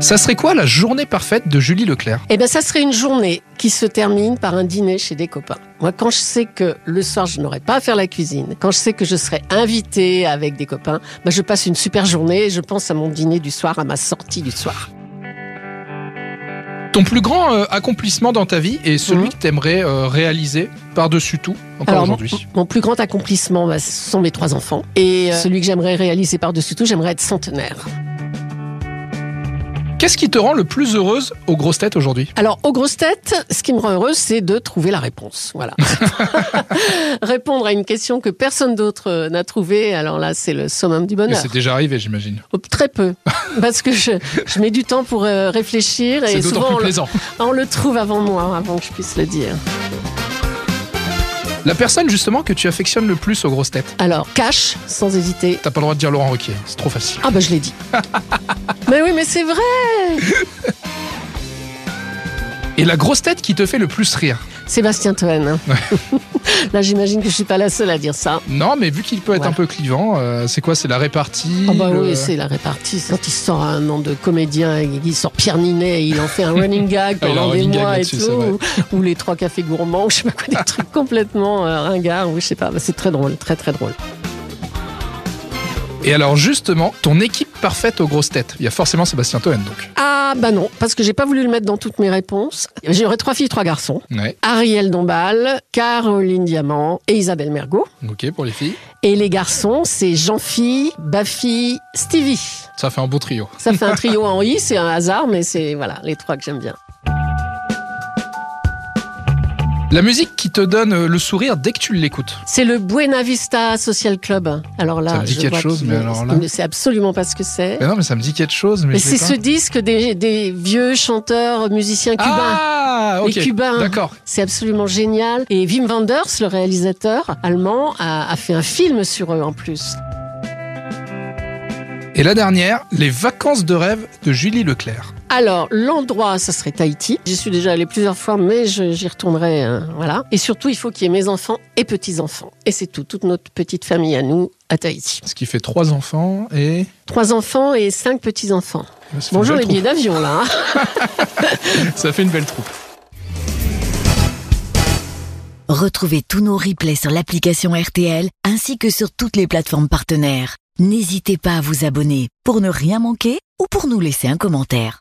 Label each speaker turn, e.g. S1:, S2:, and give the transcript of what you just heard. S1: Ça serait quoi la journée parfaite de Julie Leclerc
S2: Eh bien, ça serait une journée qui se termine par un dîner chez des copains. Moi, quand je sais que le soir, je n'aurai pas à faire la cuisine, quand je sais que je serai invitée avec des copains, ben, je passe une super journée et je pense à mon dîner du soir, à ma sortie du soir.
S1: Ton plus grand euh, accomplissement dans ta vie et celui
S2: Mhm.
S1: que t'aimerais euh, réaliser par-dessus tout encore
S2: Alors,
S1: aujourd'hui
S2: Mon plus grand accomplissement, ben, ce sont mes trois enfants. Et euh, celui que j'aimerais réaliser par-dessus tout, j'aimerais être centenaire.
S1: Qu'est-ce qui te rend le plus heureuse aux grosses têtes aujourd'hui
S2: Alors, aux grosses têtes, ce qui me rend heureuse, c'est de trouver la réponse. Voilà. Répondre à une question que personne d'autre euh, n'a trouvée, alors là, c'est le summum du
S1: Mais
S2: bonheur.
S1: c'est déjà arrivé, j'imagine.
S2: Oh, Très peu. Parce que je, je mets du temps pour euh, réfléchir
S1: C'est
S2: et
S1: d'autant
S2: souvent
S1: plus
S2: on le,
S1: plaisant.
S2: on le trouve avant moi, hein, avant que je puisse le dire.
S1: La personne justement que tu affectionnes le plus aux grosses têtes.
S2: Alors, cash, sans hésiter.
S1: T'as pas le droit de dire Laurent Ruquier, c'est trop facile.
S2: Ah ben je l'ai dit. mais oui, mais c'est vrai.
S1: Et la grosse tête qui te fait le plus rire
S2: Sébastien Toen. hein. là, j'imagine que je suis pas la seule à dire ça.
S1: Non, mais vu qu'il peut être
S2: Voilà.
S1: un peu clivant, euh, c'est quoi C'est la répartie
S2: Ah bah
S1: le-
S2: oui, c'est la répartie. Quand il sort un nom de comédien, et il sort Pierre Ninet, et il en fait un running gag
S1: Ah, il a un
S2: pendant des
S1: running gag
S2: mois et
S1: là-dessus, c'est vrai.
S2: tout, ou, ou les trois cafés gourmands, ou je sais pas quoi, des trucs complètement euh, ringards, ou je sais pas. Bah, c'est très drôle, très très drôle.
S1: Et alors justement, ton équipe parfaite aux grosses têtes. Il y a forcément Sébastien Toen donc.
S2: Ah bah non, parce que j'ai pas voulu le mettre dans toutes mes réponses. J'aurais trois filles, trois garçons.
S1: Ouais,
S2: Ariel Dombal, Caroline Diamant et Isabelle Mergot.
S1: ok pour les filles.
S2: Et les garçons, c'est Jean-Phi, Bafi, Stevie.
S1: Ça fait un beau trio.
S2: Ça fait un trio en I, c'est un hasard, mais c'est voilà les trois que j'aime bien.
S1: La musique qui te donne euh, le sourire dès que tu l'écoutes.
S2: C'est le Buena Vista Social Club. Alors là,
S1: Ça me dit
S2: je
S1: quelque
S2: vois
S1: chose,
S2: qu'il
S1: mais
S2: est-
S1: alors là-
S2: il ne sait absolument pas ce que c'est.
S1: Mais non, mais ça me dit quelque chose, mais,
S2: Mais
S1: je
S2: c'est
S1: l'ai
S2: ce
S1: pas.
S2: disque des, des vieux chanteurs, musiciens cubains.
S1: Ah, ok.
S2: Les Cubains.
S1: D'accord.
S2: C'est absolument génial. Et Wim Wenders, le réalisateur allemand, a, a fait un film sur eux en plus.
S1: Et la dernière, les vacances de rêve de Julie Leclerc.
S2: Alors, l'endroit, ça serait Tahiti. J'y suis déjà allée plusieurs fois, mais je- j'y retournerai. hein, voilà. Et surtout, il faut qu'il y ait mes enfants et petits-enfants. Et c'est tout, toute notre petite famille à nous, à Tahiti.
S1: Ce qui fait trois enfants et.
S2: Trois enfants et cinq petits-enfants.
S1: Ça fait une
S2: Bonjour
S1: belle
S2: les billets d'avion, là. hein.
S1: troupe. Ça fait une belle troupe.
S3: Retrouvez tous nos replays sur l'application RTL ainsi que sur toutes les plateformes partenaires. N'hésitez pas à vous abonner pour ne rien manquer ou pour nous laisser un commentaire.